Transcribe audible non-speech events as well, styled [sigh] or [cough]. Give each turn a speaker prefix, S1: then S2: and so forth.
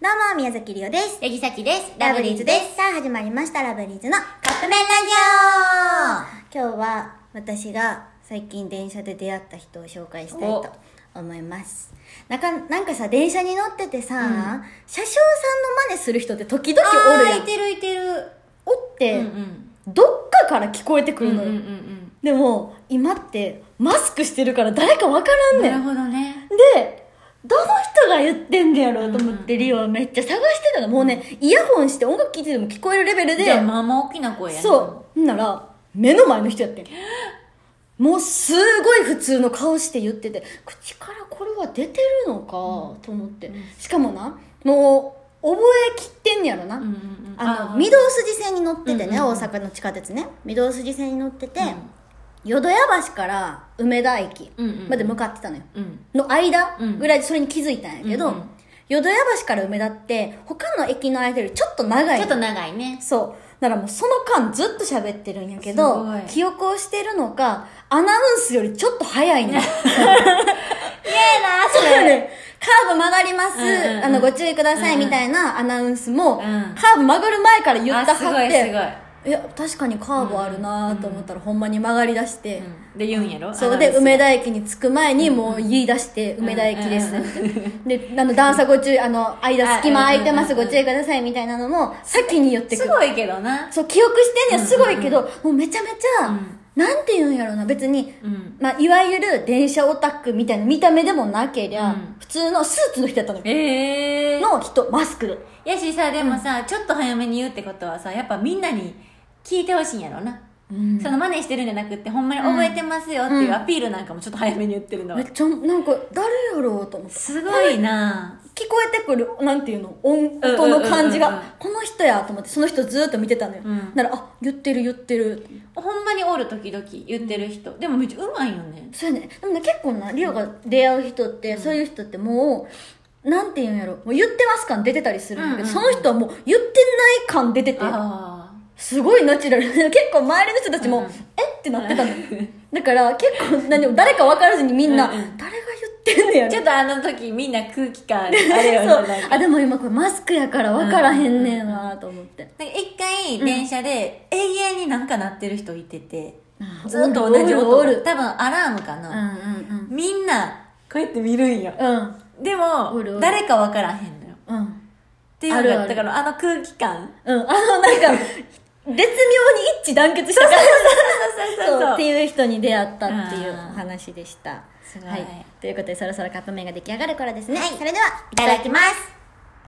S1: どうも、宮崎りおです。
S2: レギサキです。
S1: す。さあ、始まりました、ラブリーズの。
S2: カップ麺ラ
S1: 今日は、私が最近電車で出会った人を紹介したいと思います。なんか、なんかさ、電車に乗っててさ、車掌さんの真似する人って時々おるやん。
S2: てるいてる。
S1: おって、
S2: うん
S1: どっかから聞こえてく
S2: うん。う
S1: る
S2: ん
S1: の
S2: う
S1: よ。
S2: ん
S1: でも、今って、マスクしてるから誰かわから
S2: うんん。
S1: ね
S2: なんる。ほどね。
S1: でどの人が言ってんねやろうと思っ
S2: う
S1: て
S2: んうん
S1: リオはめっちゃ探してたのもうねイヤホンして音楽聴いてても聞こえるレベルで
S2: じゃあ、まあまあ大きな声やね。
S1: そうほんなら目の前の人やってんもうすごい普通の顔して言ってて口からこれは出てるのかと思って
S2: うん
S1: しかもなもう覚えきってんねやろな、
S2: うんうんうん。
S1: あの
S2: ー
S1: 御堂筋線に乗っててね、
S2: うんうんうん
S1: 大阪の地下鉄ね御堂筋線に乗ってて、
S2: うん
S1: 淀屋橋から梅田駅まで向かってたのよ、
S2: うん。
S1: の間
S2: うん
S1: ぐらいでそれに気づいたんやけど、
S2: うんうん
S1: 淀屋橋から梅田って他の駅の間よりちょっと長い
S2: ちょっと長いね。
S1: そうだからもうその間ずっと喋ってるんやけど
S2: すごい
S1: 記憶をしてるのかアナウンスよりちょっと早
S2: [laughs]
S1: いね
S2: えな
S1: そうやねカーブ曲がります、
S2: うんうんうん
S1: あのご注意ください
S2: うんうん
S1: みたいなアナウンスも、
S2: うん
S1: カーブ曲がる前から言った
S2: あ、すご
S1: はっ
S2: いす
S1: て
S2: ごい。
S1: いや確かにカーブあるなと思ったら、ほんまに曲がり出して、
S2: うんで、言うんやろ
S1: そうで梅
S2: 田。
S1: 田駅に着く前にもう言い出して「梅田駅です」
S2: うん
S1: であの段差ご注意あの間隙間空いてます
S2: うんう
S1: ご
S2: ん
S1: 注意くださいみたいなのも先に言ってく
S2: す
S1: る
S2: ごいけどな。
S1: そう記憶してんねやすごいけど、もうめちゃめちゃ、
S2: うん
S1: なんて言うんやろな別に、
S2: うん。
S1: まあ、いわゆる電車オタクみたいな見た目でもなけりゃ、
S2: うん
S1: 普通のスーツの人やったのよ
S2: ええ。
S1: の人マスクで
S2: やしさ、でもさ、ちょっと早めに言うってことはさ、やっぱみんなに聞いてほしいんやろ
S1: う
S2: な。
S1: ん
S2: その真似してるんじゃなくって、ほんまに覚えてますよっていうアピールなんかもちょっと早めに言ってるの
S1: め
S2: は
S1: っちゃなんか誰やろうと思って
S2: すごいな
S1: 聞こえてくるなんていうの音音の感じ
S2: うんうんうんう
S1: が
S2: ん
S1: この人やと思ってその人ずーっと見てたのよ、
S2: うん
S1: ならあ言ってる言ってる
S2: ほんまにおる時々言ってる人、でもめっちゃうまいよね
S1: そうやねでもね結構なリオが出会う人って、そういう人ってもうなんていうんやろもう言ってます感出てたりするんだけど、
S2: うん
S1: そ
S2: うんう
S1: の
S2: ん
S1: 人はもう言ってない感出てて
S2: ああ
S1: すごいナチュラル [laughs] 結構周りの人たちも、
S2: うんう
S1: え
S2: ん
S1: ってなってたのだから結構何でも誰か分からずにみんな、
S2: うんうん
S1: 誰が言ってんねやろ
S2: ちょっとあの時みんな空気感あれ [laughs] よね
S1: そ
S2: なん
S1: う
S2: か
S1: あでも今これマスクやから分からへんねんなと思って、
S2: なんか一回電車で永遠になんか鳴ってる人いてて、
S1: うん
S2: ずっと同じ音が
S1: おるおる
S2: 多分アラームかな、
S1: うん
S2: みんなこうやって見るんよ
S1: うんうん
S2: でも
S1: おるおる
S2: 誰かわからへんのよっ
S1: うん
S2: ていうの
S1: あるあ
S2: が
S1: る
S2: だからあの空気感
S1: うん、あの、なんか、絶妙に一致団結した感じ
S2: そうそうそうそう
S1: そうっていう人に出会ったっていう
S2: あー
S1: 話でした。
S2: すごい
S1: はい。ということで、そろそろカップ麺が出来上がる頃ですね。
S2: はい
S1: それでは、。
S2: いただきます